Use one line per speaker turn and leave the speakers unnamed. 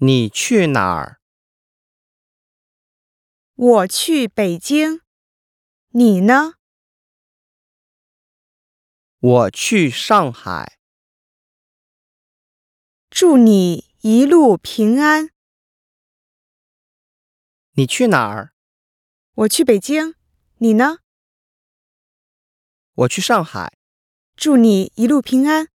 你去哪儿？
我去北京，你呢？
我去上海。
祝你一路平安。
你去哪儿？
我去北京，你呢？
我去上海。
祝你一路平安。